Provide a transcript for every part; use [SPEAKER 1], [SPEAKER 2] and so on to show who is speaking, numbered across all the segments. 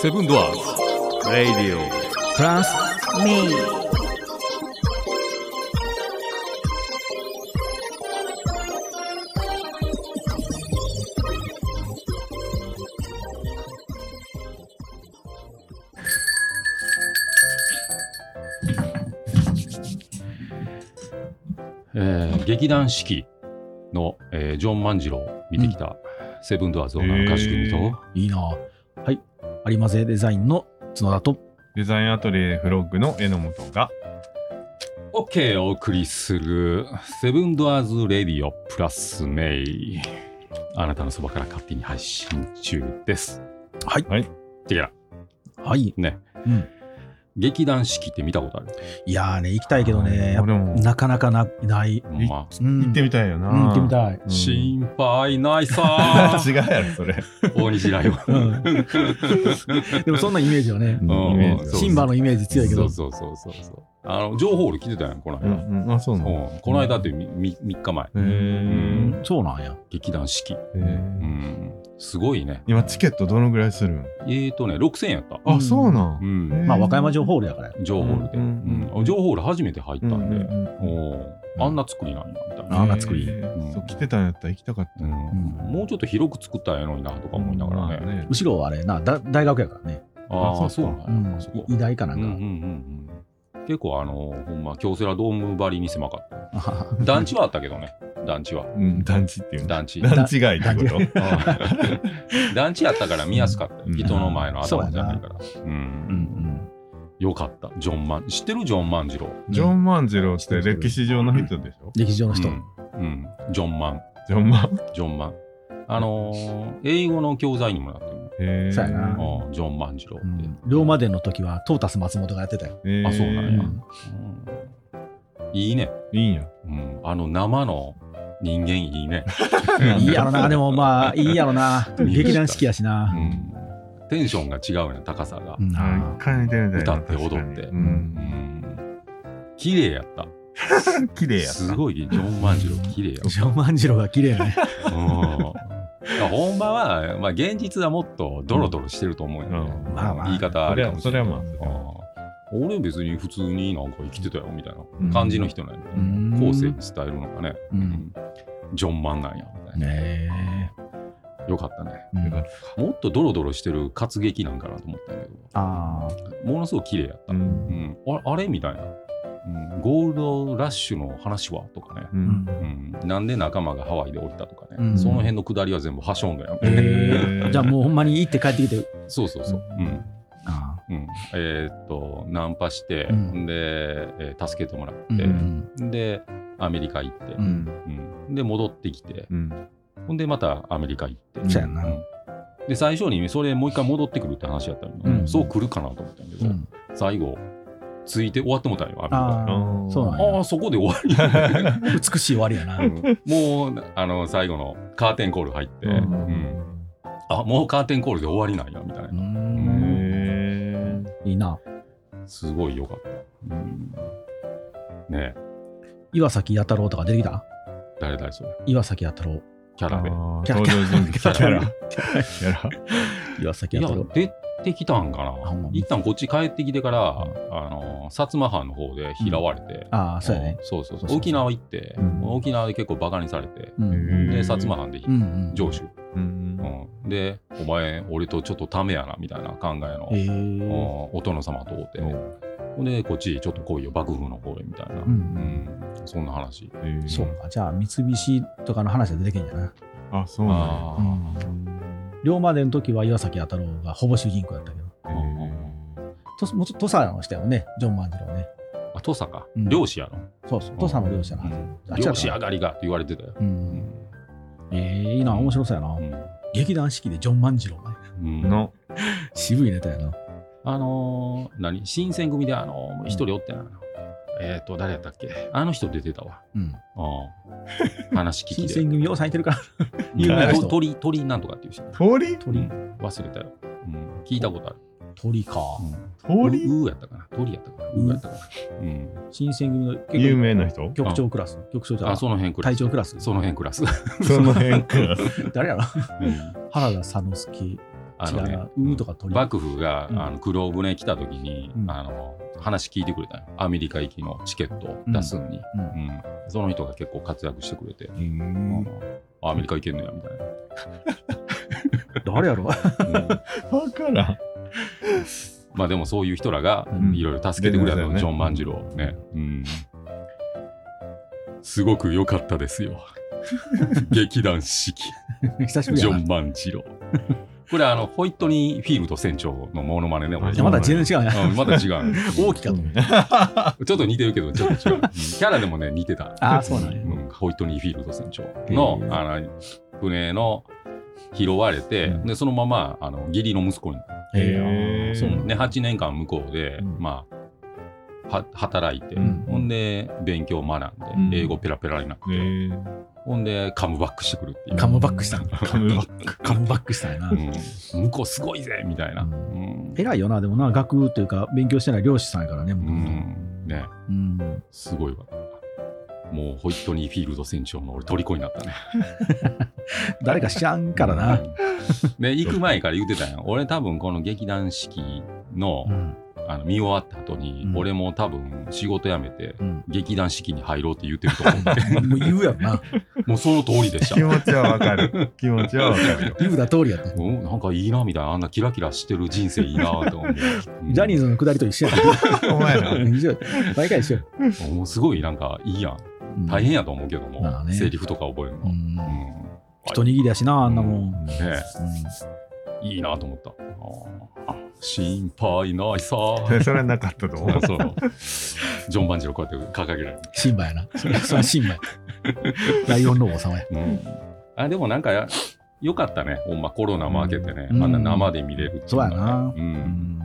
[SPEAKER 1] セブンドアーズ
[SPEAKER 2] レイディオプラス
[SPEAKER 3] メイ
[SPEAKER 1] えー劇団四季の、えージョン万次郎を見てきた、セブンドアーズを歌手組と、
[SPEAKER 4] へー
[SPEAKER 5] いいなぁはい。有馬勢デザインの角田と、
[SPEAKER 4] デザインアトリエフロッグの榎本が、
[SPEAKER 1] オッケーお送りするセブンドアーズレディオプラスメイあなたのそばから勝手に配信中です
[SPEAKER 5] はい
[SPEAKER 4] はい
[SPEAKER 1] てか
[SPEAKER 5] はい。
[SPEAKER 1] ね
[SPEAKER 5] うん。
[SPEAKER 1] 劇団四季って見たことある
[SPEAKER 5] いやーね、行きたいけどね、やっ
[SPEAKER 4] 俺
[SPEAKER 5] ぱ
[SPEAKER 4] も
[SPEAKER 5] なかなかなない。
[SPEAKER 1] ほんま
[SPEAKER 5] うん
[SPEAKER 4] 行ってみたいよな。
[SPEAKER 5] うん、行ってみたい。
[SPEAKER 4] うん
[SPEAKER 1] 心配ないさ
[SPEAKER 4] 違うやろ、それ。
[SPEAKER 1] 大西ライオン
[SPEAKER 5] うん、でもそんなイメージはね、
[SPEAKER 1] うん
[SPEAKER 4] イメージ
[SPEAKER 1] そう
[SPEAKER 5] シンバのイメージ強いけど、
[SPEAKER 1] そうそうそうそうそうあの情報俺来てたやんこの
[SPEAKER 4] う
[SPEAKER 1] 間、
[SPEAKER 4] んうん、あ、そうなの。
[SPEAKER 1] うんこの間ってみみ3日前
[SPEAKER 4] へー
[SPEAKER 5] うんそうなんや。
[SPEAKER 1] 劇団四季、
[SPEAKER 4] へ
[SPEAKER 1] う
[SPEAKER 4] ー
[SPEAKER 1] ん、すごいね
[SPEAKER 4] 今、チケットどのぐらいするん
[SPEAKER 1] えーとね6000円やった、
[SPEAKER 5] う
[SPEAKER 4] あ、
[SPEAKER 5] ん
[SPEAKER 4] そうな。
[SPEAKER 1] うんん
[SPEAKER 4] へー
[SPEAKER 5] まあ、和歌山城ホールやから。
[SPEAKER 1] 情報ホールで、
[SPEAKER 4] う
[SPEAKER 1] うんん情報ホール初めて入ったんで、
[SPEAKER 4] うんうんうん
[SPEAKER 1] おーあんな作りなんだみたい
[SPEAKER 5] あ
[SPEAKER 1] な、
[SPEAKER 5] んな作り
[SPEAKER 4] へー
[SPEAKER 1] うん
[SPEAKER 4] そう、来てたんやったら行きたかっ
[SPEAKER 1] うん
[SPEAKER 5] うん
[SPEAKER 1] もうちょっと広く作ったらええのになとか
[SPEAKER 4] た。
[SPEAKER 1] 思いながらね、
[SPEAKER 4] まあね。
[SPEAKER 5] 後ろはあれな、だ大学やからね。
[SPEAKER 1] ああ
[SPEAKER 4] あ
[SPEAKER 1] そ
[SPEAKER 4] そうう
[SPEAKER 1] な
[SPEAKER 4] か
[SPEAKER 1] んや、
[SPEAKER 5] うん
[SPEAKER 1] あそこ、
[SPEAKER 5] 偉大かな
[SPEAKER 1] うんうん
[SPEAKER 5] ん
[SPEAKER 1] うんうん結構あのほんま京セラドームばりに狭かっ
[SPEAKER 5] か。
[SPEAKER 1] た団地はあったけどね団地は
[SPEAKER 4] うん、団地っていうの。
[SPEAKER 1] 団地
[SPEAKER 4] 団地街ってこと
[SPEAKER 1] うん 団地やったから見やすかったよ
[SPEAKER 4] うん
[SPEAKER 1] 人の前の頭じゃないから、うん
[SPEAKER 5] うん
[SPEAKER 1] よかったジョンマン知ってるジョン万次郎
[SPEAKER 5] うん
[SPEAKER 4] ジョン万次郎って歴史上の人でしょ
[SPEAKER 5] 歴史上の人。
[SPEAKER 1] うんうん、ジョンマン
[SPEAKER 4] ジョンマン。
[SPEAKER 1] ジョンマン。あのー英語の教材にもなってる。
[SPEAKER 4] へー
[SPEAKER 5] そうやな
[SPEAKER 1] ああジョン万次郎っ
[SPEAKER 5] う
[SPEAKER 1] て。
[SPEAKER 5] ん龍馬伝の時はトータス松本がやってたよ。
[SPEAKER 4] へー
[SPEAKER 1] あそうなんや
[SPEAKER 5] うん
[SPEAKER 1] うんいいね、
[SPEAKER 4] いいんや。
[SPEAKER 1] うん。あの生の人間いいね。
[SPEAKER 5] いいやろな、でもまあ、いいやろな。劇団四季やし
[SPEAKER 1] う
[SPEAKER 5] な。
[SPEAKER 1] ん、テンションが違うね、高さが。
[SPEAKER 5] うん
[SPEAKER 4] あ一回見てみたいな。
[SPEAKER 1] 歌って踊って
[SPEAKER 4] 確かにう。
[SPEAKER 1] うんん綺麗やった。
[SPEAKER 4] 綺麗やった。
[SPEAKER 1] すごい、ジョン万次郎綺麗や
[SPEAKER 5] ジョン万次郎が綺麗ね。
[SPEAKER 1] った。うん ほんまは、まあ、現実はもっとドロドロしてると思うよ、ね
[SPEAKER 4] うん
[SPEAKER 5] まあまあ
[SPEAKER 1] 言い方はあれかもしれない
[SPEAKER 4] それはそれはま
[SPEAKER 1] うん俺別に普通になんか生きてたよみたいな感じの人なんや、ね
[SPEAKER 5] うん
[SPEAKER 1] 後世に伝えるのがね、
[SPEAKER 5] うん
[SPEAKER 1] ジョン・マンなんやみたいな、
[SPEAKER 5] ね
[SPEAKER 1] よかったね
[SPEAKER 5] えうん
[SPEAKER 4] よかっ
[SPEAKER 1] もっとドロドロしてる活劇なんかなと思ったけど
[SPEAKER 5] あ
[SPEAKER 1] ものすごく綺麗やった、
[SPEAKER 4] う
[SPEAKER 1] うん
[SPEAKER 4] ん
[SPEAKER 1] ああれみたいな、うんゴールドラッシュの話はとかね、
[SPEAKER 4] う
[SPEAKER 5] ーうんん
[SPEAKER 1] うんなんで仲間がハワイで降りたとかね、
[SPEAKER 5] うん
[SPEAKER 1] その辺のくだりは全部はしょんだよ、
[SPEAKER 5] えーじゃあもうほんまに行って帰ってきて。
[SPEAKER 1] そうそうそう、うん
[SPEAKER 5] あ
[SPEAKER 1] うん、えーっとナンパして、
[SPEAKER 5] うん
[SPEAKER 1] で、えー助けてもらって、
[SPEAKER 5] ーうん
[SPEAKER 1] でアメリカ行って、
[SPEAKER 5] う
[SPEAKER 1] うん
[SPEAKER 5] ん
[SPEAKER 1] で戻ってきて
[SPEAKER 4] う、ん
[SPEAKER 1] ほんでまたアメリカ行って、
[SPEAKER 5] そうやな
[SPEAKER 1] うんで最初にそれもう一回戻ってくるって話やったのに、
[SPEAKER 5] うん
[SPEAKER 1] そう来るかなと思ったんやけ
[SPEAKER 5] う
[SPEAKER 1] ど、
[SPEAKER 5] ん
[SPEAKER 1] 最後ついて終わってもうたんよアメリカ
[SPEAKER 5] あーそうなん
[SPEAKER 1] ああ
[SPEAKER 5] や
[SPEAKER 1] ーそこで終わり やね
[SPEAKER 5] 美しい終わりやな。
[SPEAKER 1] もうあの最後のカーテンコール入って、
[SPEAKER 4] う
[SPEAKER 1] うん
[SPEAKER 4] ん
[SPEAKER 1] あもうカーテンコールで終わりなんやみたいな
[SPEAKER 4] へ
[SPEAKER 5] う、ん
[SPEAKER 4] え
[SPEAKER 5] いいな。
[SPEAKER 1] すごいよかった、うんねえ
[SPEAKER 5] 岩崎弥太郎とか出てきた
[SPEAKER 1] 誰だいそれ
[SPEAKER 5] 岩崎弥太郎。
[SPEAKER 1] キャラで
[SPEAKER 5] キャラ
[SPEAKER 4] 登場人物
[SPEAKER 5] キャラ
[SPEAKER 4] キャラキャラ
[SPEAKER 5] 岩崎
[SPEAKER 1] い
[SPEAKER 5] 弥
[SPEAKER 1] や
[SPEAKER 5] 太郎。
[SPEAKER 1] 出てきたんかな
[SPEAKER 5] ほんま
[SPEAKER 1] 一旦こっち帰ってきてから、あの薩摩藩の方で拾われて、
[SPEAKER 5] ああ、そうやね。
[SPEAKER 1] そうそうそ
[SPEAKER 5] そう
[SPEAKER 1] う
[SPEAKER 5] そう
[SPEAKER 1] 沖縄行って、
[SPEAKER 4] うん
[SPEAKER 1] 沖縄で結構バカにされて、
[SPEAKER 5] うんうん
[SPEAKER 1] で薩摩藩で
[SPEAKER 5] うん。
[SPEAKER 1] 上州、
[SPEAKER 4] うん
[SPEAKER 1] うんでお前俺とちょっとためやなみたいな考えの、
[SPEAKER 5] ええ
[SPEAKER 1] うん
[SPEAKER 5] ー。
[SPEAKER 1] お殿様と会うて、ほんでこっちちょっと来いよ幕府の方へみたいな、
[SPEAKER 5] う
[SPEAKER 1] うんんそんな話、
[SPEAKER 4] へー
[SPEAKER 5] そうか、じゃあ三菱とかの話は出てけんじゃな。
[SPEAKER 4] あそうな
[SPEAKER 1] あ
[SPEAKER 5] う
[SPEAKER 1] ー
[SPEAKER 5] ん龍馬伝の時は岩崎弥太郎がほぼ主人公やったけど、
[SPEAKER 4] んやへ
[SPEAKER 5] ともうちょ土佐の人やもんね、ジョン万次郎ね。
[SPEAKER 1] あ土佐か、
[SPEAKER 5] うん
[SPEAKER 1] 漁師やろ
[SPEAKER 5] そうそう、土佐の漁師や
[SPEAKER 1] う
[SPEAKER 5] な。
[SPEAKER 1] ん
[SPEAKER 5] あ違うか
[SPEAKER 1] 漁師上がりがって言われてたよ、う
[SPEAKER 5] う。
[SPEAKER 1] んん
[SPEAKER 5] ええいいな、面白そうやな。劇団四季でジョン万次郎ね。
[SPEAKER 1] うん
[SPEAKER 4] ーの
[SPEAKER 5] 渋いネタやな。
[SPEAKER 1] あのー何新選組であのー一人おってな、えっ、と誰やったっけあの人出てたわ
[SPEAKER 5] うん。
[SPEAKER 1] うん 話聞き
[SPEAKER 5] 新
[SPEAKER 1] で
[SPEAKER 5] 選組ようさんいてるから。
[SPEAKER 1] うん
[SPEAKER 5] 有名な人
[SPEAKER 1] と鳥鳥なんとかっていう人
[SPEAKER 4] 鳥
[SPEAKER 1] うん忘れたよ、うん聞いたことある
[SPEAKER 5] 鳥か。
[SPEAKER 4] 鳥
[SPEAKER 1] ううやったかな鳥やったかな
[SPEAKER 5] うん
[SPEAKER 1] うやったかな、うん、
[SPEAKER 5] 新選組の結構
[SPEAKER 4] 有名な人
[SPEAKER 5] 局長クラス。局長じゃな
[SPEAKER 1] あ
[SPEAKER 5] い
[SPEAKER 1] その辺クラ
[SPEAKER 5] 隊
[SPEAKER 1] ス
[SPEAKER 5] 長クラス。
[SPEAKER 1] その辺クラス、
[SPEAKER 4] その辺クラス。
[SPEAKER 5] 誰やろ
[SPEAKER 1] うん
[SPEAKER 5] 原田佐之助。
[SPEAKER 1] あ
[SPEAKER 5] 違
[SPEAKER 1] の
[SPEAKER 5] う
[SPEAKER 1] ね
[SPEAKER 5] な。うとか鳥。
[SPEAKER 1] 幕府が、
[SPEAKER 5] うん
[SPEAKER 1] あの黒船来た時に、
[SPEAKER 5] うん
[SPEAKER 1] あの話聞いてくれたよアメリカ行きのチケットを出すのに、
[SPEAKER 5] うん
[SPEAKER 1] うんその人が結構活躍してくれて、
[SPEAKER 4] うん
[SPEAKER 1] あアメリカ行けんのやみた い
[SPEAKER 5] 誰やろ
[SPEAKER 1] な、うん
[SPEAKER 4] わからん。
[SPEAKER 1] まあでもそういう人らが
[SPEAKER 5] うん
[SPEAKER 1] いろいろ助けてくれたの、
[SPEAKER 4] うん
[SPEAKER 1] ジョン万次郎ね、うん、すごく良かったです よ劇団四季
[SPEAKER 5] 久しぶり
[SPEAKER 1] ジ
[SPEAKER 5] や
[SPEAKER 1] ョ
[SPEAKER 5] な
[SPEAKER 1] ン万次郎これあのホイットニーフィールド船長のモノマネね俺
[SPEAKER 4] あ
[SPEAKER 5] いやまだ全然違うや
[SPEAKER 1] うんまだ違う
[SPEAKER 5] 大きかった。
[SPEAKER 1] ちょっと似てるけど、ちょっと違う。うんキャラでもね、似てた。
[SPEAKER 5] あーそうなんや
[SPEAKER 1] んホイットニー・フィールド船長の
[SPEAKER 5] へ、ー
[SPEAKER 1] あの、船の、拾われて、
[SPEAKER 4] うん
[SPEAKER 1] で、そのまま、あの、義理の息子に、
[SPEAKER 4] へー
[SPEAKER 5] そうなん
[SPEAKER 1] ね、8年間向こうで、
[SPEAKER 4] うん
[SPEAKER 1] まあ、は働いて、
[SPEAKER 4] うん
[SPEAKER 1] ほんで、勉強を学んで、
[SPEAKER 4] うん
[SPEAKER 1] 英語ペラペラになって、
[SPEAKER 4] えー
[SPEAKER 1] ほんで、カムバックしてくるっていう。
[SPEAKER 5] カムバックしたん
[SPEAKER 4] カムバック。
[SPEAKER 5] カムバックしたんやな。
[SPEAKER 1] うん向こうすごいぜみたいな。
[SPEAKER 5] うん
[SPEAKER 1] うん
[SPEAKER 5] 偉いよな、でもな、学というか、勉強してない漁師さんやからね、
[SPEAKER 1] う
[SPEAKER 5] もともと
[SPEAKER 1] んね、
[SPEAKER 5] うん。
[SPEAKER 1] すごいわ。もう、ホイットニー・フィールド船長の俺、虜になったね。
[SPEAKER 5] 誰か知らんからな。
[SPEAKER 1] で行く前から言ってたんや俺多分この劇団四季の,、
[SPEAKER 5] うん。
[SPEAKER 1] あの見終わった後に、
[SPEAKER 5] うん
[SPEAKER 1] 俺も多分仕事辞めて、
[SPEAKER 5] うん。
[SPEAKER 1] 劇団四季に入ろうって言ってると思う
[SPEAKER 5] もう言うやろ な。
[SPEAKER 1] もうその通り でした
[SPEAKER 4] 気持ちはわかる。気持ちはわかるよ。
[SPEAKER 5] 言うた通りやった。
[SPEAKER 1] うん、なんかいいなみたいなあんなキラキラしてる人生いいなと 思って、うん
[SPEAKER 5] ジャニーズのくだりと一緒やった。
[SPEAKER 4] お前ら。
[SPEAKER 5] 一緒や毎回一緒や。
[SPEAKER 1] もうすごいなんかいいやん大変やと思うけども、
[SPEAKER 5] まあね
[SPEAKER 1] セリフとか覚えるの、う
[SPEAKER 5] う
[SPEAKER 1] ん
[SPEAKER 5] ん。うん
[SPEAKER 1] ね
[SPEAKER 5] 一握りやしな、あんなもん。
[SPEAKER 1] えいいなと思ったあー心配ない さ
[SPEAKER 4] それはなかったと思う。
[SPEAKER 1] そうジョン万次郎こうやって掲げられて
[SPEAKER 5] シンバやな。それそれシンバや。ライオンの王様や。
[SPEAKER 1] うん、あでもなんかよかったね、ほんまコロナも明けてね、
[SPEAKER 5] うん
[SPEAKER 1] あんな生で見れるってい
[SPEAKER 5] そう
[SPEAKER 1] の
[SPEAKER 5] や
[SPEAKER 1] が
[SPEAKER 5] な。
[SPEAKER 1] う
[SPEAKER 5] うんん。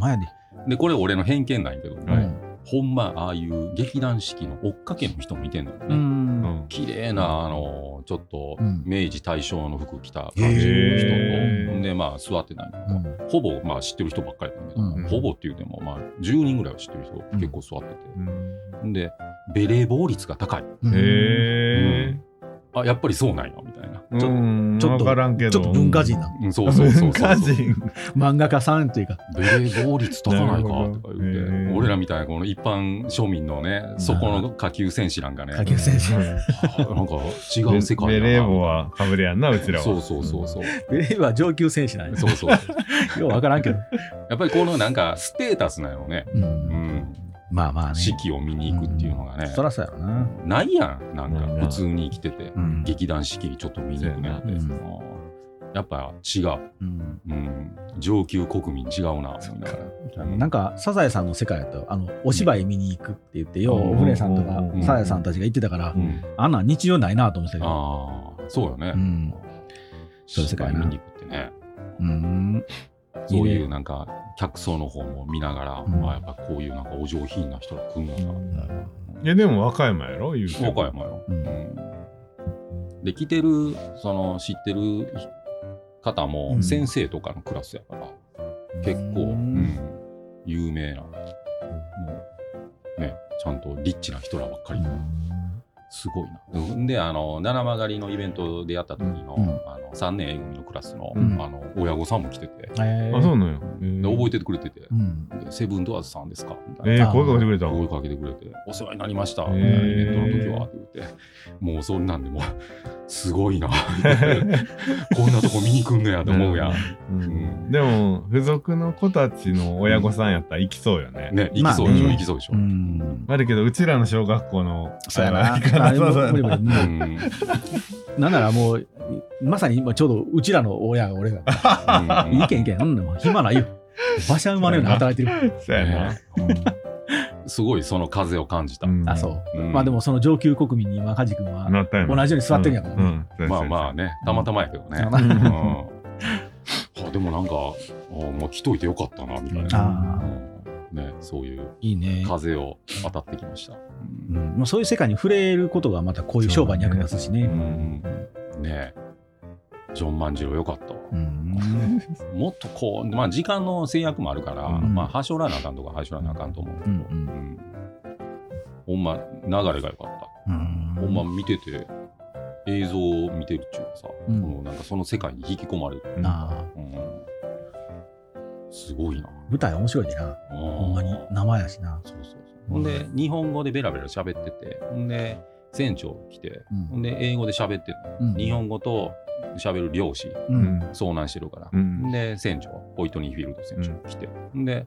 [SPEAKER 5] 前で。
[SPEAKER 1] で、これ俺の偏見なんやけど、
[SPEAKER 5] うん
[SPEAKER 1] ほんまああいう劇団四季の追っかけの人もいてんのよ
[SPEAKER 5] う。
[SPEAKER 1] ね。
[SPEAKER 4] うんん
[SPEAKER 1] 綺麗な、あの、ちょっと
[SPEAKER 5] うん
[SPEAKER 1] 明治大正の服着た感じの人と、
[SPEAKER 4] へー
[SPEAKER 1] で、まあ座ってないの
[SPEAKER 5] うん。
[SPEAKER 1] ほぼ、まあ知ってる人ばっかりだけど、
[SPEAKER 5] うん
[SPEAKER 1] ほぼっていうても、まあ10人ぐらいは知ってる人結構座ってて。
[SPEAKER 4] うん
[SPEAKER 1] で、ベレー帽率が高い。
[SPEAKER 5] うん
[SPEAKER 4] へ
[SPEAKER 1] あ、やっぱりそうなんや、みたいな。
[SPEAKER 4] え。
[SPEAKER 5] ちょ
[SPEAKER 4] うん
[SPEAKER 5] ちょっ
[SPEAKER 4] わ
[SPEAKER 5] と
[SPEAKER 4] からんけど。
[SPEAKER 5] ちょっと文化人な。
[SPEAKER 1] うん、そうそうそうそう
[SPEAKER 4] 文化人。
[SPEAKER 5] 漫画家さんというか。
[SPEAKER 1] ベレー帽率高ないかとか言って、
[SPEAKER 4] なるほどへー
[SPEAKER 1] 俺らみたいなこの一般庶民のね、そこの下級戦士なんかね、
[SPEAKER 5] 下級戦士。
[SPEAKER 1] なんか違う世界
[SPEAKER 4] ベレー帽
[SPEAKER 1] な。
[SPEAKER 4] はかぶれやんな、うちらは。
[SPEAKER 1] そうそうそうそう。
[SPEAKER 5] ベレーは上級戦士なんや。
[SPEAKER 1] そうそう。や
[SPEAKER 5] ようわからんけど。
[SPEAKER 1] っぱりこのなんかステータスなのね。
[SPEAKER 5] う。
[SPEAKER 1] うんん。
[SPEAKER 5] まあまあね。
[SPEAKER 1] 四季を見に行くっていうのがね
[SPEAKER 5] そ。らそうやろな。
[SPEAKER 1] ないやん。なん
[SPEAKER 4] ない
[SPEAKER 1] か
[SPEAKER 4] な
[SPEAKER 1] 普通に生きてて
[SPEAKER 5] う。ん。
[SPEAKER 1] 劇団四季にちょっと見に行くねって。
[SPEAKER 5] そうやな
[SPEAKER 1] あーやっぱ違う。うん。上級国民違うな。みたいな、
[SPEAKER 5] なんか、サザエさんの世界やと、あの、お芝居見に行くって言って、よう、お船さんとか
[SPEAKER 4] うん
[SPEAKER 5] サザエさんたちが言ってたから
[SPEAKER 1] う、ん。
[SPEAKER 5] あんなん日常ないなと思ってたけど。
[SPEAKER 1] ああ、そうよね。
[SPEAKER 5] うん。そういう世界やな
[SPEAKER 1] 芝居見に行くってね。
[SPEAKER 5] うん。
[SPEAKER 1] そう
[SPEAKER 5] いい
[SPEAKER 1] い
[SPEAKER 5] ね
[SPEAKER 1] うなんか客層の方も見ながら、
[SPEAKER 5] ん
[SPEAKER 1] あやっぱこういうなんかお上品な人が来るの
[SPEAKER 4] う
[SPEAKER 1] か
[SPEAKER 4] んいや、でも和歌山やろ、言うても
[SPEAKER 1] 和歌山よ。
[SPEAKER 5] うん
[SPEAKER 1] うんで来てるその知ってる方
[SPEAKER 5] う
[SPEAKER 1] も
[SPEAKER 5] ん
[SPEAKER 1] 先生とかのクラスやから、結構、
[SPEAKER 5] うん
[SPEAKER 1] うん有名な、もうね、ちゃんとリッチな人らばっかり、すごいな。うんであの七曲りのイベントでやった時の,、
[SPEAKER 5] うん
[SPEAKER 1] あの3年 A 組のクラスの,、
[SPEAKER 5] うん
[SPEAKER 1] あの親御さんも来てて、
[SPEAKER 5] えー
[SPEAKER 4] あ、そうなんや。
[SPEAKER 1] で覚えててくれてて。
[SPEAKER 5] うん。
[SPEAKER 1] でセブンドアーズさんですかみたいな。
[SPEAKER 4] えー、声かけてくれた
[SPEAKER 1] 声かけてくれて、お世話になりました、
[SPEAKER 4] ー
[SPEAKER 1] みたいなイベントの時はって言って、もうそんなんでもう、すごいな、 こんなとこ見に来んのやと思うやん。
[SPEAKER 4] うんでも、付属の子たちの親御さんやったら行きそうよね。
[SPEAKER 1] ね、行きそうでしょ、
[SPEAKER 5] まあね
[SPEAKER 1] 行きそうでしょ。
[SPEAKER 5] う
[SPEAKER 1] うん
[SPEAKER 5] ん。
[SPEAKER 4] まあだけど、うちらの小学校の。
[SPEAKER 5] そうや
[SPEAKER 4] あ
[SPEAKER 5] な。
[SPEAKER 4] れか
[SPEAKER 5] あれも
[SPEAKER 4] そうそう
[SPEAKER 5] 無理無理もう
[SPEAKER 1] うん うん
[SPEAKER 5] なんならもう、まさに今ちょうどうちらの親が俺が。いけんいけん。うんでも暇ないよ。馬車馬のように働いてる。
[SPEAKER 4] そうやな。
[SPEAKER 1] すごいその風を感じた。
[SPEAKER 4] うん
[SPEAKER 5] あ、そう。
[SPEAKER 1] うん
[SPEAKER 5] まあでもその上級国民に今、カジ君は
[SPEAKER 4] なったよな。
[SPEAKER 5] 同じように座ってるんやから
[SPEAKER 4] う
[SPEAKER 5] ね。
[SPEAKER 4] んうん
[SPEAKER 1] まあまあね、たまたまやけどね。
[SPEAKER 5] そう
[SPEAKER 1] う
[SPEAKER 5] や
[SPEAKER 1] ん
[SPEAKER 5] な
[SPEAKER 1] あでもなんか、あもう来といてよかったな、みたい
[SPEAKER 5] あ
[SPEAKER 1] な
[SPEAKER 5] ー。
[SPEAKER 1] うんね、そういう
[SPEAKER 5] いいね。
[SPEAKER 1] 風を当たってきました。
[SPEAKER 5] うん、もうそういう世界に触れることがまたこういう商売に役立つしね。
[SPEAKER 1] うんねえジョン万次郎よかったわ
[SPEAKER 5] うん
[SPEAKER 1] もっとこう、まあ、時間の制約もあるから、
[SPEAKER 5] うん
[SPEAKER 1] まあ、はしょらなあかんとか、はしょらなあかんと思うけど、う
[SPEAKER 5] う
[SPEAKER 1] ん
[SPEAKER 5] うん
[SPEAKER 1] んほんま、流れが良かった。
[SPEAKER 5] うん
[SPEAKER 1] ほんま見てて、映像を見てるっていうかさ、
[SPEAKER 5] うん
[SPEAKER 1] そのなんかその世界に引き込まれる。
[SPEAKER 5] ああ
[SPEAKER 1] うんすごいな。
[SPEAKER 5] 舞台面白いでなほ
[SPEAKER 1] ほ
[SPEAKER 5] んまに名前やしな
[SPEAKER 1] そうそうそう。ほんで、日本語でベラベラ喋ってて、ほんで、船長来て、
[SPEAKER 5] うん
[SPEAKER 1] ほんで、英語で喋って、
[SPEAKER 5] うん
[SPEAKER 1] 日本語と喋る漁師、
[SPEAKER 5] う
[SPEAKER 4] うんん
[SPEAKER 1] 遭難してるから
[SPEAKER 4] う。ん
[SPEAKER 1] で、船長、ホイトニーフィールド船長来て、で、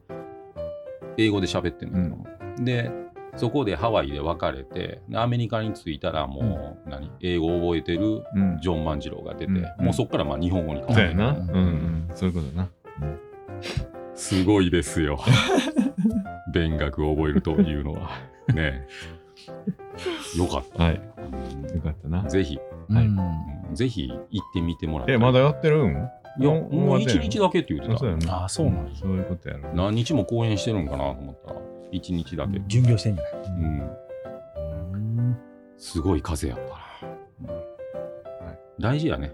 [SPEAKER 1] 英語で喋ってんだけども、で、そこでハワイで別れて、でアメリカに着いたらもう、何、英語覚えてる
[SPEAKER 4] うん
[SPEAKER 1] ジョン万次郎が出て、
[SPEAKER 4] うん
[SPEAKER 1] もうそこからまあ日本語に変わ
[SPEAKER 4] そう
[SPEAKER 1] っ
[SPEAKER 4] や
[SPEAKER 1] て、
[SPEAKER 4] な
[SPEAKER 5] う
[SPEAKER 4] うんんうんそういうことだな
[SPEAKER 1] すごいですよ。 勉学を覚えるという のは。ねえよかった。
[SPEAKER 4] はい
[SPEAKER 1] うん
[SPEAKER 4] よかったな
[SPEAKER 1] ぜひ、
[SPEAKER 4] はい
[SPEAKER 5] うん
[SPEAKER 1] うんぜひ行ってみてもらいたい。
[SPEAKER 4] えまだやってるん
[SPEAKER 1] い
[SPEAKER 4] もう
[SPEAKER 1] や、もう
[SPEAKER 4] 終わっ
[SPEAKER 1] 一
[SPEAKER 4] てんの
[SPEAKER 1] 日だけって言って
[SPEAKER 4] あそう
[SPEAKER 1] た。
[SPEAKER 4] やな
[SPEAKER 5] ああそうなんや
[SPEAKER 4] そういうことやろ
[SPEAKER 1] 何日も公演してるんかなと思ったら、一日だけ。
[SPEAKER 5] 巡業してんじゃない
[SPEAKER 1] うん
[SPEAKER 5] うん
[SPEAKER 1] すごい風やったな。うん大事やね。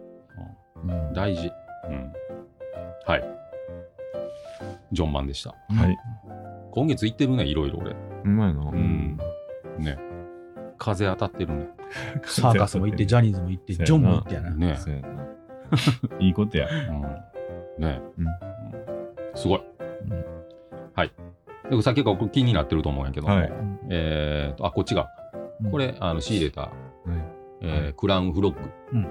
[SPEAKER 5] うん
[SPEAKER 1] 大事。うん。はい。ジョンマンでした。
[SPEAKER 4] はい
[SPEAKER 1] 今月行ってるね、いろいろ俺。
[SPEAKER 4] うまいなう
[SPEAKER 1] うん。ね。風当たってるね。
[SPEAKER 5] サーカスも行ってジャニーズも行ってジョンも行ってやな
[SPEAKER 1] ね。
[SPEAKER 4] そうやないいことや
[SPEAKER 1] うん、ね、
[SPEAKER 4] うん
[SPEAKER 1] すごい。
[SPEAKER 5] うん
[SPEAKER 1] はい。でさっきからこれ気になってると思うんやけども、
[SPEAKER 4] はい
[SPEAKER 1] えーと、あ、こっちが、これ、あの仕入れた、えー
[SPEAKER 4] はい
[SPEAKER 1] クラウンフロッ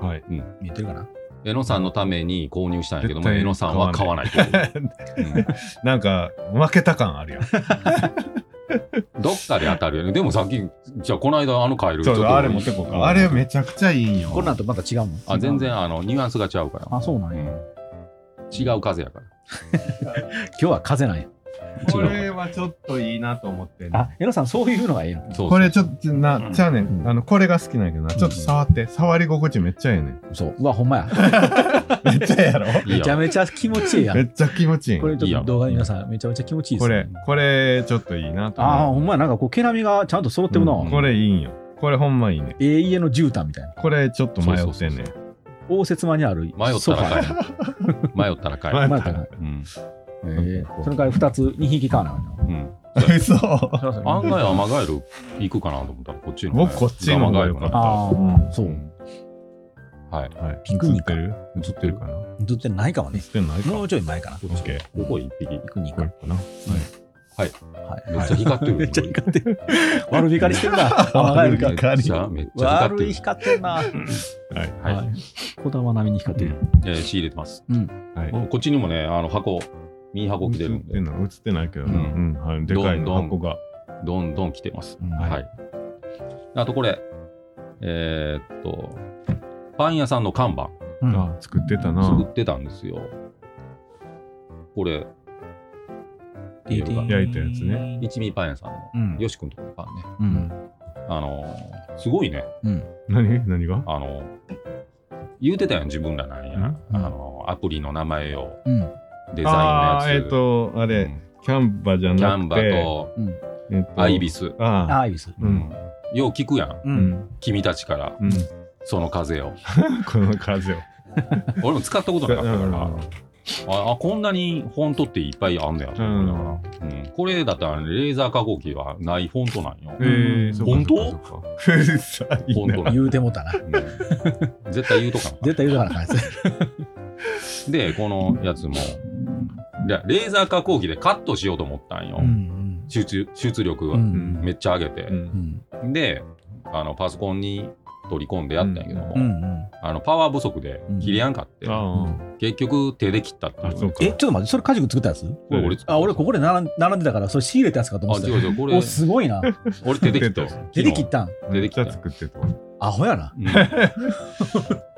[SPEAKER 1] グ。
[SPEAKER 4] はい
[SPEAKER 5] 見えてるかな
[SPEAKER 1] 江野さんのために購入したんやけど
[SPEAKER 4] 絶対
[SPEAKER 1] も、
[SPEAKER 4] に
[SPEAKER 1] 江野さんは買わないという
[SPEAKER 4] なんか負けた感あるやん
[SPEAKER 1] うんどっかで当たるよね。でもさっき、じゃあこの間あのカエル、
[SPEAKER 4] そう
[SPEAKER 1] ちょっと
[SPEAKER 4] あれ持ってこう
[SPEAKER 1] うん
[SPEAKER 4] かあれめちゃくちゃいいんよ
[SPEAKER 5] これなんとまた違うもん
[SPEAKER 1] あ全然あのニュアンスが違うから。
[SPEAKER 5] あそうなん
[SPEAKER 1] う
[SPEAKER 5] や
[SPEAKER 1] ん
[SPEAKER 5] 今
[SPEAKER 1] 違う風やから。
[SPEAKER 5] 日は風なんや
[SPEAKER 4] これはちょっといいなと思ってんの
[SPEAKER 5] あ江野さんそういうのがええの
[SPEAKER 1] そうそう
[SPEAKER 4] これちょっと
[SPEAKER 1] う
[SPEAKER 4] なんちゃうねん
[SPEAKER 5] うん
[SPEAKER 4] あのこれが好きなんやけどなちょっと触って触り心地めっちゃええね ん
[SPEAKER 5] そううわほんまや
[SPEAKER 4] めっちゃええやろ
[SPEAKER 1] いい
[SPEAKER 5] めちゃ
[SPEAKER 1] やん
[SPEAKER 5] めちゃ気持ちいいやん
[SPEAKER 4] めっちゃ気持ちいいん
[SPEAKER 5] これち
[SPEAKER 1] いい
[SPEAKER 5] ょっ
[SPEAKER 1] や
[SPEAKER 5] と
[SPEAKER 1] ん
[SPEAKER 5] 動画で皆さんめちゃめちゃ気持ちいいです
[SPEAKER 4] これ
[SPEAKER 5] ね
[SPEAKER 4] これちょっといいなと
[SPEAKER 5] ああ
[SPEAKER 4] 思
[SPEAKER 5] ほんまやなんかこう毛並みがちゃんと揃ってるな、
[SPEAKER 1] う
[SPEAKER 4] うんこれいいんよこれほんまいいね
[SPEAKER 5] ええ家の絨毯みたいな
[SPEAKER 4] これちょっと迷ってんねん
[SPEAKER 1] そ
[SPEAKER 5] 応接間にある
[SPEAKER 1] 迷っ
[SPEAKER 5] ソ
[SPEAKER 1] た
[SPEAKER 5] ファ
[SPEAKER 1] ら
[SPEAKER 5] ー
[SPEAKER 1] 買え。迷ったら買
[SPEAKER 4] 迷
[SPEAKER 1] え。
[SPEAKER 5] 迷ったら
[SPEAKER 1] うん。
[SPEAKER 5] ええそれから2つ2匹買わなあかんの
[SPEAKER 1] うん。
[SPEAKER 4] 嘘
[SPEAKER 1] 案外アマガエル行くかなと思ったらこっちの、
[SPEAKER 4] 僕こっちの方が良かった
[SPEAKER 5] ああそう
[SPEAKER 1] はい
[SPEAKER 4] はい
[SPEAKER 5] ピクニ
[SPEAKER 4] 映って
[SPEAKER 5] カ
[SPEAKER 4] る映ってるかな
[SPEAKER 5] ずっとないか
[SPEAKER 4] 映
[SPEAKER 5] も
[SPEAKER 4] っ
[SPEAKER 5] ね
[SPEAKER 4] てないか
[SPEAKER 5] もうちょい前かな
[SPEAKER 4] オッケー
[SPEAKER 1] ここ一匹
[SPEAKER 5] ピクニッ
[SPEAKER 4] こ
[SPEAKER 5] ク
[SPEAKER 4] れかな
[SPEAKER 5] はい
[SPEAKER 1] めっちゃ光 ってる
[SPEAKER 5] めっちゃ光ってる 悪光してるな甘が
[SPEAKER 4] は
[SPEAKER 5] ゆ
[SPEAKER 4] い
[SPEAKER 5] か
[SPEAKER 1] めっちゃめっちゃ光って
[SPEAKER 5] 悪
[SPEAKER 1] る
[SPEAKER 5] い光ってるな
[SPEAKER 4] はい
[SPEAKER 1] はい、
[SPEAKER 5] い小玉並みに光ってる
[SPEAKER 1] えー仕入れてます、
[SPEAKER 4] はい
[SPEAKER 1] こっちにもねあの箱ミニ箱来てるん
[SPEAKER 4] 映って
[SPEAKER 1] で
[SPEAKER 4] ない映ってないけどな
[SPEAKER 1] う
[SPEAKER 4] うんんはいでかいの
[SPEAKER 1] どんど
[SPEAKER 4] 箱
[SPEAKER 1] ん
[SPEAKER 4] が
[SPEAKER 1] どんどん来てます、
[SPEAKER 5] うん
[SPEAKER 1] はいあとこれえーっとパン屋さんの看板
[SPEAKER 5] うん
[SPEAKER 4] あ作ってたな
[SPEAKER 1] 作ってたんですよこれ
[SPEAKER 4] 焼いたやつね
[SPEAKER 1] 一味パン屋さん
[SPEAKER 5] う
[SPEAKER 1] の
[SPEAKER 5] ん
[SPEAKER 1] よし君とこのパンね
[SPEAKER 5] うん
[SPEAKER 1] あのーすごいね
[SPEAKER 5] うん
[SPEAKER 4] 何何が
[SPEAKER 1] あの言うてたやん自分らなんや、
[SPEAKER 4] うん
[SPEAKER 1] あのアプリの名前を
[SPEAKER 5] うん
[SPEAKER 1] デザインのや
[SPEAKER 4] あ
[SPEAKER 1] つ
[SPEAKER 4] あえっとあ
[SPEAKER 1] う
[SPEAKER 4] れ
[SPEAKER 1] ん
[SPEAKER 4] キャンバじゃ
[SPEAKER 1] キャ
[SPEAKER 4] なく
[SPEAKER 1] ンバ
[SPEAKER 4] て
[SPEAKER 1] と
[SPEAKER 5] うん
[SPEAKER 4] えっと
[SPEAKER 1] アイビス、
[SPEAKER 4] あ
[SPEAKER 5] アイビス
[SPEAKER 4] あうん
[SPEAKER 1] よう聞くやん
[SPEAKER 5] う
[SPEAKER 4] うんん
[SPEAKER 1] 君たちから
[SPEAKER 4] うん
[SPEAKER 1] その風を
[SPEAKER 4] この風を
[SPEAKER 1] 俺も使ったことなかった
[SPEAKER 4] う
[SPEAKER 1] か
[SPEAKER 4] ん
[SPEAKER 1] らああこんなにフォントっていっぱいあんねやと思いながら、うんこれだったらレーザー加工機はないフォントなんよ、
[SPEAKER 4] えーそっか
[SPEAKER 1] 本当
[SPEAKER 4] そっかそっかうるさい
[SPEAKER 1] フォント
[SPEAKER 4] な
[SPEAKER 1] なん
[SPEAKER 5] 言うてもたな
[SPEAKER 1] うん絶対言うとかな
[SPEAKER 5] 絶対言うたから返せ
[SPEAKER 1] でこのやつもでレーザー加工機でカットしようと思ったんよ、
[SPEAKER 5] うん
[SPEAKER 1] 集中出力
[SPEAKER 5] う
[SPEAKER 1] は
[SPEAKER 5] ん
[SPEAKER 1] めっちゃ上げて、
[SPEAKER 4] うん
[SPEAKER 5] うん
[SPEAKER 1] であのパソコンに取り込んでやったんやけども、
[SPEAKER 5] うんうん
[SPEAKER 1] あのパワー不足で切れやんかって、
[SPEAKER 4] ああ
[SPEAKER 1] 結局手で切ったってい
[SPEAKER 4] あ
[SPEAKER 1] う,、
[SPEAKER 4] そうか
[SPEAKER 5] えちょっと待ってそれ家事作ったやつ
[SPEAKER 1] これ俺
[SPEAKER 5] あ俺ここで並ん並んでたからそれ仕入れたやつかと
[SPEAKER 1] あ
[SPEAKER 5] 思って
[SPEAKER 1] 違う違うこ
[SPEAKER 5] たお
[SPEAKER 1] れ
[SPEAKER 5] すごいな
[SPEAKER 1] 俺手で切ったよ
[SPEAKER 5] 出てきたん
[SPEAKER 1] 出
[SPEAKER 4] めっ
[SPEAKER 1] て
[SPEAKER 4] ち
[SPEAKER 1] きた
[SPEAKER 4] ゃ作ってた
[SPEAKER 5] アホやな
[SPEAKER 1] うん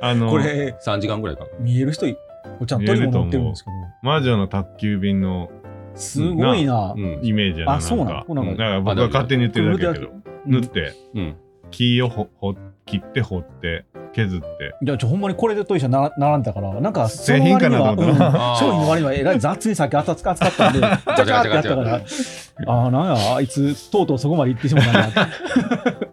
[SPEAKER 4] あの
[SPEAKER 5] これ
[SPEAKER 1] 3時間ぐらいかかる
[SPEAKER 5] 見える人いこっちゃんとにも乗ってるんですけど
[SPEAKER 4] 魔女の宅急便の
[SPEAKER 5] すごいな
[SPEAKER 1] うん
[SPEAKER 4] イメージやな
[SPEAKER 5] あそうなの
[SPEAKER 4] なんか
[SPEAKER 5] こんなの
[SPEAKER 4] だから僕が勝手に言ってるだけやけど
[SPEAKER 5] うん
[SPEAKER 4] 塗って
[SPEAKER 1] うん
[SPEAKER 4] 木をほ掘っ切って掘って削って
[SPEAKER 5] いや、ちょ、ほんまにこれでと一緒にな並んでたから、なんか、そ
[SPEAKER 4] 製
[SPEAKER 5] の
[SPEAKER 4] 品
[SPEAKER 5] 割
[SPEAKER 4] かな
[SPEAKER 5] に
[SPEAKER 4] と
[SPEAKER 5] は、
[SPEAKER 4] 思った
[SPEAKER 5] うん
[SPEAKER 4] な
[SPEAKER 1] あー
[SPEAKER 5] 商品の割には、えらい雑にさっき扱扱ったんで、 ガチャガチャってやったから、ああ、なんや、あいつ、とう とうそこまで行ってしまったな。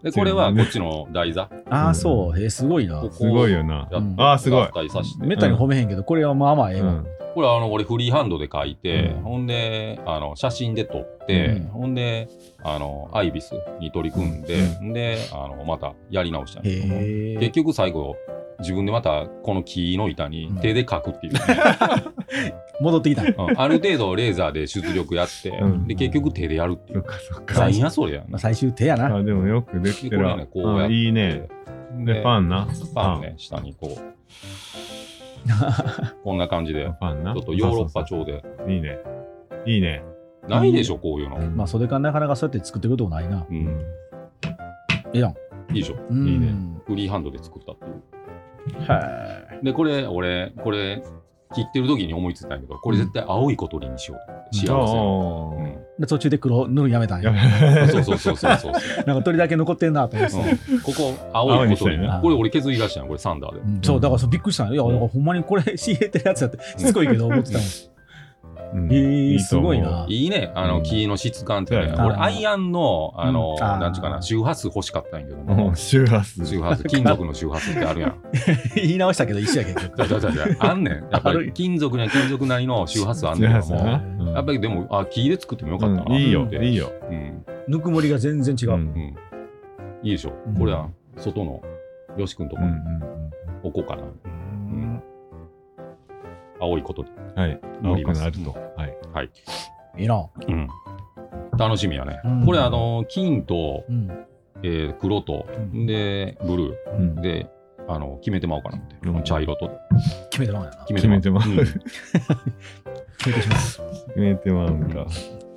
[SPEAKER 1] でこれはこっちの台座
[SPEAKER 5] ああ、そう、えーすごいな
[SPEAKER 1] こ。こ
[SPEAKER 4] すごいよな
[SPEAKER 1] やっ
[SPEAKER 4] あーすごい
[SPEAKER 1] 使いさして
[SPEAKER 5] めったに褒めへんけど、これはまあまあええ
[SPEAKER 4] う
[SPEAKER 5] わ。
[SPEAKER 4] ん
[SPEAKER 1] これあの俺フリーハンドで書いて、
[SPEAKER 4] うん
[SPEAKER 1] ほんであの写真で撮って、
[SPEAKER 5] うん
[SPEAKER 1] ほんであのアイビスに取り組んで、であのまたやり直したんやけど
[SPEAKER 5] へ
[SPEAKER 1] 結
[SPEAKER 5] え。
[SPEAKER 1] 局最後自分でまたこの木の板に手で書くっていう、
[SPEAKER 5] 戻ってきた。
[SPEAKER 1] うんある程度レーザーで出力やって、
[SPEAKER 4] うん
[SPEAKER 1] で結局手でやるってい
[SPEAKER 4] そっ
[SPEAKER 1] う、
[SPEAKER 4] かそっ
[SPEAKER 5] そ
[SPEAKER 4] か
[SPEAKER 1] なんやそれや
[SPEAKER 5] まあ
[SPEAKER 1] な
[SPEAKER 5] 最終手やな。
[SPEAKER 4] あでもよくできてる
[SPEAKER 1] でこれねこうや
[SPEAKER 4] あ
[SPEAKER 1] って
[SPEAKER 4] いいねでパンな
[SPEAKER 1] パンね下にこうこんな感じで
[SPEAKER 4] あパンな
[SPEAKER 1] ちょっとヨーロッパ調で
[SPEAKER 4] そうそうそういいねいいね
[SPEAKER 1] ないでしょこういうの、
[SPEAKER 4] うん
[SPEAKER 5] まあ、袖からなかなかそうやって作ってくるとこないな。
[SPEAKER 1] うん、
[SPEAKER 5] ええやん。
[SPEAKER 1] いいでしょ
[SPEAKER 5] うん
[SPEAKER 1] いいね。フリーハンドで作ったっていう
[SPEAKER 5] はい。
[SPEAKER 1] で、これ、俺、これ、切ってる時に思いついたんやけど、これ絶対青い小鳥にしよう。幸せ
[SPEAKER 4] あ
[SPEAKER 1] の。 う
[SPEAKER 4] ー
[SPEAKER 1] ん
[SPEAKER 5] で、途中で黒塗るんやめたん
[SPEAKER 4] や
[SPEAKER 5] や。
[SPEAKER 4] べ
[SPEAKER 1] そうそうそうそうそう。
[SPEAKER 5] なんか鳥だけ残ってんなと思って。
[SPEAKER 1] うんここ、青
[SPEAKER 4] 青
[SPEAKER 1] い小鳥
[SPEAKER 4] にしたんや
[SPEAKER 5] な
[SPEAKER 1] ね。これ、俺削り出したんやこれ、サンダーで。
[SPEAKER 5] うんそう、だからそうびっくりしたのよ。いや、だからほんまにこれ仕入れてるやつだって、しつこいけど思ってたもん。
[SPEAKER 4] うん
[SPEAKER 5] え
[SPEAKER 4] い
[SPEAKER 5] ー、
[SPEAKER 4] い
[SPEAKER 5] す
[SPEAKER 4] と思
[SPEAKER 5] ご
[SPEAKER 4] う
[SPEAKER 5] いな。
[SPEAKER 1] いいね、あ
[SPEAKER 4] う
[SPEAKER 1] の、
[SPEAKER 4] ん
[SPEAKER 1] 木の質感ってね。
[SPEAKER 4] そう
[SPEAKER 5] やな
[SPEAKER 1] 俺、アイアンの、あの、
[SPEAKER 5] うんあー
[SPEAKER 1] なんちゅうかな、周波数欲しかったんやけど
[SPEAKER 4] も
[SPEAKER 1] も
[SPEAKER 4] う。周波数
[SPEAKER 1] 周波数、金属の周波数ってあるやん。
[SPEAKER 5] 言い直したけど一緒やけど。
[SPEAKER 1] じゃじゃじゃじゃあんねん。やっぱり金属には金属なりの周波数あんねんけど
[SPEAKER 4] 周
[SPEAKER 1] も。
[SPEAKER 4] なう
[SPEAKER 5] も
[SPEAKER 4] ん
[SPEAKER 1] やっぱりでも、あ、木で作ってもよかった
[SPEAKER 4] うん
[SPEAKER 1] な。
[SPEAKER 4] いいよ
[SPEAKER 1] って
[SPEAKER 4] いいよ
[SPEAKER 1] うん。
[SPEAKER 5] ぬくもりが全然違う。
[SPEAKER 4] うん
[SPEAKER 1] うんいいでしょ
[SPEAKER 5] うん。
[SPEAKER 1] これは、外の、よし君と
[SPEAKER 4] う
[SPEAKER 1] こ
[SPEAKER 4] んう
[SPEAKER 1] に
[SPEAKER 4] んうん
[SPEAKER 1] 置こうかな。青いことで。
[SPEAKER 4] はい。
[SPEAKER 1] 乗
[SPEAKER 4] 青
[SPEAKER 1] り
[SPEAKER 4] く
[SPEAKER 1] ます
[SPEAKER 4] なると。はい。
[SPEAKER 1] はい。
[SPEAKER 5] いいな。
[SPEAKER 1] うん。楽しみやね。
[SPEAKER 5] うん
[SPEAKER 1] これ、あの、金と、
[SPEAKER 5] うん。
[SPEAKER 1] えー黒と、
[SPEAKER 5] うん
[SPEAKER 1] で、ブル
[SPEAKER 4] うん
[SPEAKER 1] ーで、あの、決めてまおうかなって
[SPEAKER 4] うん。
[SPEAKER 1] 茶色とで。
[SPEAKER 5] 決めてまうやな。
[SPEAKER 1] 決まおう
[SPEAKER 4] 決めてまおう
[SPEAKER 5] 決めてしまう。
[SPEAKER 4] 決めてまうんか。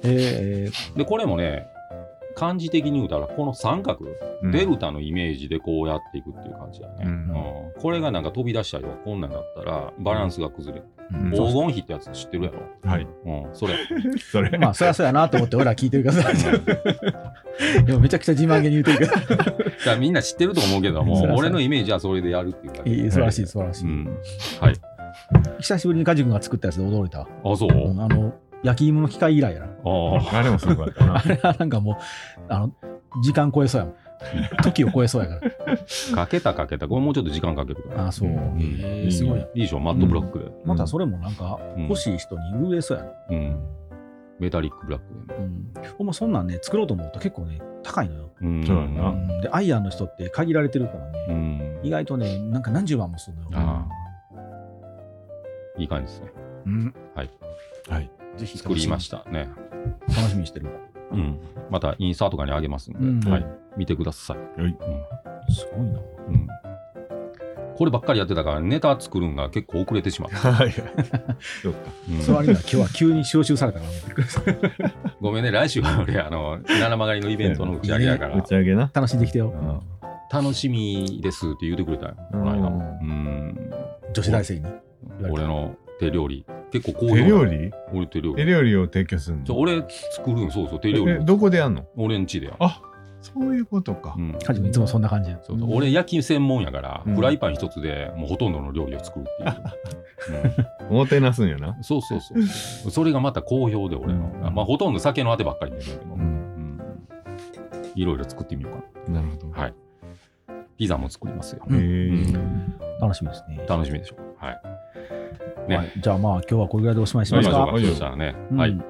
[SPEAKER 5] えー、
[SPEAKER 1] うんで、これもね、漢字的に言うたら、この三角、デルタのイメージでこうやっていくっていう感じだね。
[SPEAKER 4] う。
[SPEAKER 1] うんんこれがなんか飛び出したりとかこんなんだったらバランスが崩れる、
[SPEAKER 4] うん
[SPEAKER 1] 黄金比ってやつ知ってるやろ、
[SPEAKER 4] はい。
[SPEAKER 1] うん、 それ、
[SPEAKER 4] それ。
[SPEAKER 5] まあ、そりゃそうやなと思って、俺ら聞いてるけどさ。 でもめちゃくちゃ自慢げに言うてるけど。
[SPEAKER 1] だ からみんな知ってると思うけど
[SPEAKER 5] そ
[SPEAKER 1] も
[SPEAKER 5] らそう
[SPEAKER 1] 俺のイメージはそれでやるっていう感
[SPEAKER 5] い
[SPEAKER 1] じ
[SPEAKER 5] い素晴らしい、素晴らし
[SPEAKER 1] う
[SPEAKER 5] い。
[SPEAKER 1] んはい
[SPEAKER 5] 久しぶりにカジ君が作ったやつで驚いた。
[SPEAKER 1] あそう、
[SPEAKER 5] うんあの、焼き芋の機械以来やな。
[SPEAKER 1] あ
[SPEAKER 4] あれもすごかったな
[SPEAKER 5] あ。れはなんかもう、あの、時間超えそうやもん。時を超えそうやから。
[SPEAKER 1] あかけたかけたこれもうちょっと時間かけるから
[SPEAKER 5] あそう、
[SPEAKER 4] うん
[SPEAKER 5] へえすごいな、
[SPEAKER 1] いいでしょマットブラックで、
[SPEAKER 5] またそれもなんか
[SPEAKER 1] うん
[SPEAKER 5] 欲しい人に上そうや
[SPEAKER 1] うんメタリックブラックで
[SPEAKER 5] な、うんほんまそんなんね作ろうと思うと結構ね高いのよ、
[SPEAKER 1] うん
[SPEAKER 4] そうやな
[SPEAKER 5] う
[SPEAKER 4] あ
[SPEAKER 5] んでアイアンの人って限られてるから
[SPEAKER 1] う
[SPEAKER 5] ね、
[SPEAKER 1] ん
[SPEAKER 5] 意外とねなんか何十万もするのよ、
[SPEAKER 1] あーいい感じですね
[SPEAKER 5] うん
[SPEAKER 1] はい
[SPEAKER 4] はい
[SPEAKER 5] ぜひ
[SPEAKER 1] 作りましたたね、
[SPEAKER 5] 楽しみにしてる
[SPEAKER 1] うん、またインスタとかにあげますんで、
[SPEAKER 5] うん
[SPEAKER 1] はい、見てください
[SPEAKER 4] はい
[SPEAKER 5] すごいな
[SPEAKER 1] うんこればっかりやってたからネタ作るんが結構遅れてしまった、
[SPEAKER 4] はい。 そうか。
[SPEAKER 1] うん
[SPEAKER 5] それ割には今日は急に招集されたからね
[SPEAKER 1] ごめんね来週は俺あの七曲がりのイベントの打ち上げやから、
[SPEAKER 4] 打ち上げな。
[SPEAKER 5] 楽しんできて
[SPEAKER 4] う
[SPEAKER 5] よ
[SPEAKER 4] ん
[SPEAKER 1] 楽しみですって言うてくれたよこの間もうん
[SPEAKER 5] 女子大生に言われた
[SPEAKER 1] 俺の手料理結構好評
[SPEAKER 4] 手料理
[SPEAKER 1] 俺手料
[SPEAKER 4] 手
[SPEAKER 1] 理
[SPEAKER 4] 料理を提供するの
[SPEAKER 1] ちょ俺作るんそうそう手料
[SPEAKER 4] え
[SPEAKER 1] 理
[SPEAKER 4] どこでやんの
[SPEAKER 1] 俺んちでや
[SPEAKER 4] あそういうことか
[SPEAKER 1] う。ん
[SPEAKER 5] カジ君いつもそんな感じや
[SPEAKER 1] そうそう俺焼き専門やから、
[SPEAKER 4] うん
[SPEAKER 1] フライパン一つでもうほとんどの料理を作るっていう、うん
[SPEAKER 4] おもてなすんやな。
[SPEAKER 1] そうそうそう。それがまた好評で俺の。
[SPEAKER 4] うん
[SPEAKER 1] まあほとんど酒のあてばっかりで、けど
[SPEAKER 4] う。
[SPEAKER 1] うんんいろいろ作ってみようか
[SPEAKER 4] なるほど。
[SPEAKER 1] な。はい。ピザも作りますよ。
[SPEAKER 5] うん
[SPEAKER 4] へー
[SPEAKER 5] 楽しみですね
[SPEAKER 1] 楽しみでしょ。はい。ね
[SPEAKER 5] はいじゃあまあ今日はこれぐらいでおしまいし
[SPEAKER 1] 行
[SPEAKER 5] ま
[SPEAKER 1] き
[SPEAKER 5] す
[SPEAKER 1] ましょう
[SPEAKER 5] か
[SPEAKER 1] か。そしたらね。
[SPEAKER 5] うん
[SPEAKER 1] はい。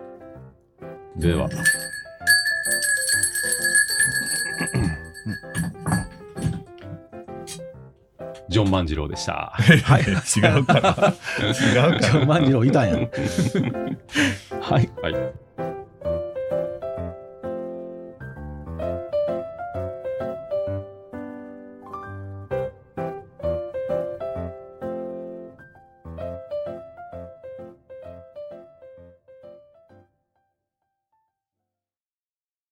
[SPEAKER 1] で は。ジョン万次郎でした。
[SPEAKER 4] はい。違 うから。違うから。
[SPEAKER 5] 万次郎いたんや。はい。
[SPEAKER 1] はい。